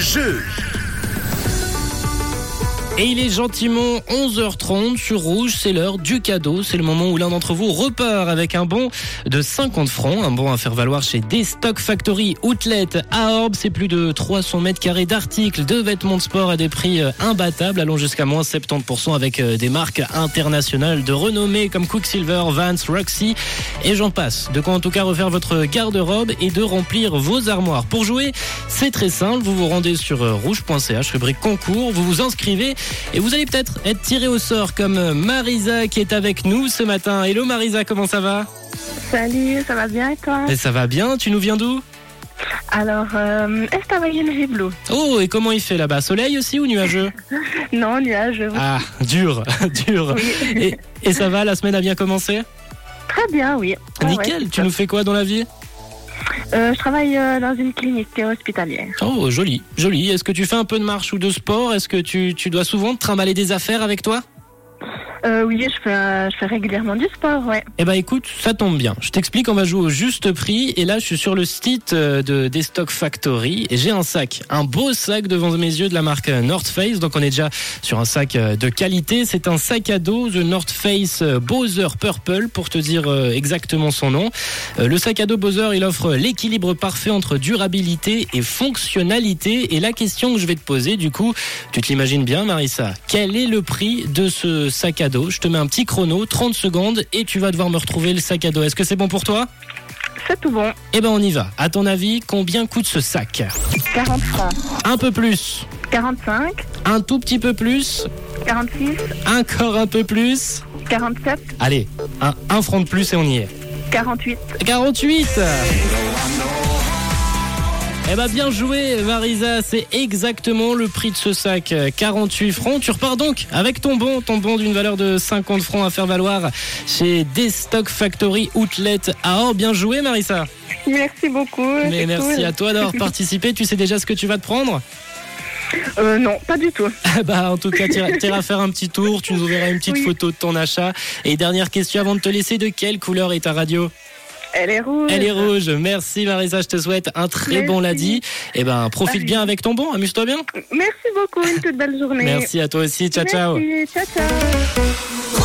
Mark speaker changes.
Speaker 1: jeu.
Speaker 2: Et il est gentiment 11h30 sur Rouge, c'est l'heure du cadeau. C'est le moment où l'un d'entre vous repart avec un bon de 50 francs, un bon à faire valoir chez des Stock Factory Outlet à Orbe. C'est plus de 300 mètres carrés d'articles, de vêtements de sport à des prix euh, imbattables, allant jusqu'à moins 70% avec euh, des marques internationales de renommée comme Quicksilver, Vance, Roxy et j'en passe. De quoi en tout cas refaire votre garde-robe et de remplir vos armoires. Pour jouer, c'est très simple, vous vous rendez sur euh, rouge.ch, rubrique concours, vous vous inscrivez et vous allez peut-être être tiré au sort comme euh, Marisa qui est avec nous ce matin. Hello Marisa, comment ça va
Speaker 3: Salut, ça va bien et toi
Speaker 2: Et Eh, Ça va bien, tu nous viens d'où
Speaker 3: Alors, euh, Estava Energy Blue.
Speaker 2: Oh, et comment il fait là-bas Soleil aussi ou nuageux
Speaker 3: Non, nuage.
Speaker 2: Ah, dur, dur.
Speaker 3: Oui.
Speaker 2: Et, et ça va, la semaine a bien commencé
Speaker 3: Très bien, oui. Ouais,
Speaker 2: Nickel,
Speaker 3: ouais.
Speaker 2: tu nous fais quoi dans la vie
Speaker 3: Euh, je travaille euh, dans une clinique hospitalière.
Speaker 2: Oh, joli, joli. Est-ce que tu fais un peu de marche ou de sport Est-ce que tu, tu dois souvent te trimballer des affaires avec toi
Speaker 3: Euh, oui, je fais, euh, je fais régulièrement du sport, ouais.
Speaker 2: Eh ben écoute, ça tombe bien. Je t'explique, on va jouer au juste prix. Et là, je suis sur le site euh, de des Stock Factory et j'ai un sac, un beau sac devant mes yeux de la marque euh, North Face. Donc on est déjà sur un sac euh, de qualité. C'est un sac à dos The North Face euh, Bowser Purple pour te dire euh, exactement son nom. Euh, Le sac à dos Bowser, il offre l'équilibre parfait entre durabilité et fonctionnalité. Et la question que je vais te poser, du coup, tu te l'imagines bien, Marissa. Quel est le prix de ce sac à dos Je te mets un petit chrono, 30 secondes, et tu vas devoir me retrouver le sac à dos. Est-ce que c'est bon pour toi
Speaker 3: C'est tout bon.
Speaker 2: Eh ben, on y va. À ton avis, combien coûte ce sac
Speaker 3: 40 francs.
Speaker 2: Un peu plus,
Speaker 3: 45,
Speaker 2: un tout petit peu plus,
Speaker 3: 46,
Speaker 2: encore un peu plus.
Speaker 3: 47,
Speaker 2: Allez, un, un franc de plus et on y est.
Speaker 3: 48.
Speaker 2: 48 eh ben bien joué Marisa, c'est exactement le prix de ce sac, euh, 48 francs. Tu repars donc avec ton bon, ton bon d'une valeur de 50 francs à faire valoir chez Destock Factory Outlet à Or. Bien joué Marisa.
Speaker 3: Merci beaucoup.
Speaker 2: Mais
Speaker 3: c'est
Speaker 2: merci
Speaker 3: cool.
Speaker 2: à toi d'avoir participé. Tu sais déjà ce que tu vas te prendre
Speaker 3: Euh, non, pas du tout.
Speaker 2: Ah Bah en tout cas, t'iras t'iras faire un petit tour. Tu nous enverras une petite
Speaker 3: Oui.
Speaker 2: photo de ton achat. Et dernière question avant de te laisser, de quelle couleur est ta radio
Speaker 3: Elle est rouge.
Speaker 2: Elle est rouge. Merci Marisa, je te souhaite un très bon
Speaker 3: Merci.
Speaker 2: lundi. Et ben profite
Speaker 3: Salut.
Speaker 2: bien avec ton bon, amuse-toi bien.
Speaker 3: Merci beaucoup, une toute belle journée.
Speaker 2: Merci à toi aussi. Ciao ciao.
Speaker 3: Merci, ciao, ciao.